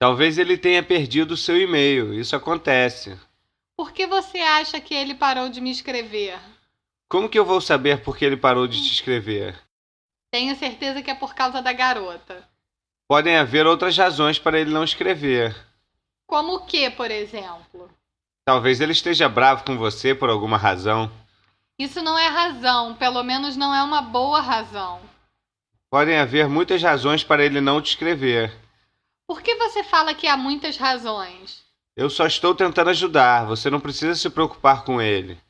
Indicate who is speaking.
Speaker 1: Talvez ele tenha perdido seu e-mail. Isso acontece.
Speaker 2: Por que você acha que ele parou de me escrever?
Speaker 1: Como que eu vou saber por que ele parou de te escrever?
Speaker 2: Tenho certeza que é por causa da garota.
Speaker 1: Podem haver outras razões para ele não escrever.
Speaker 2: Como o que, por exemplo?
Speaker 1: Talvez ele esteja bravo com você por alguma razão.
Speaker 2: Isso não é razão, pelo menos não é uma boa razão.
Speaker 1: Podem haver muitas razões para ele não te escrever.
Speaker 2: Por que você fala que há muitas razões?
Speaker 1: Eu só estou tentando ajudar. Você não precisa se preocupar com ele.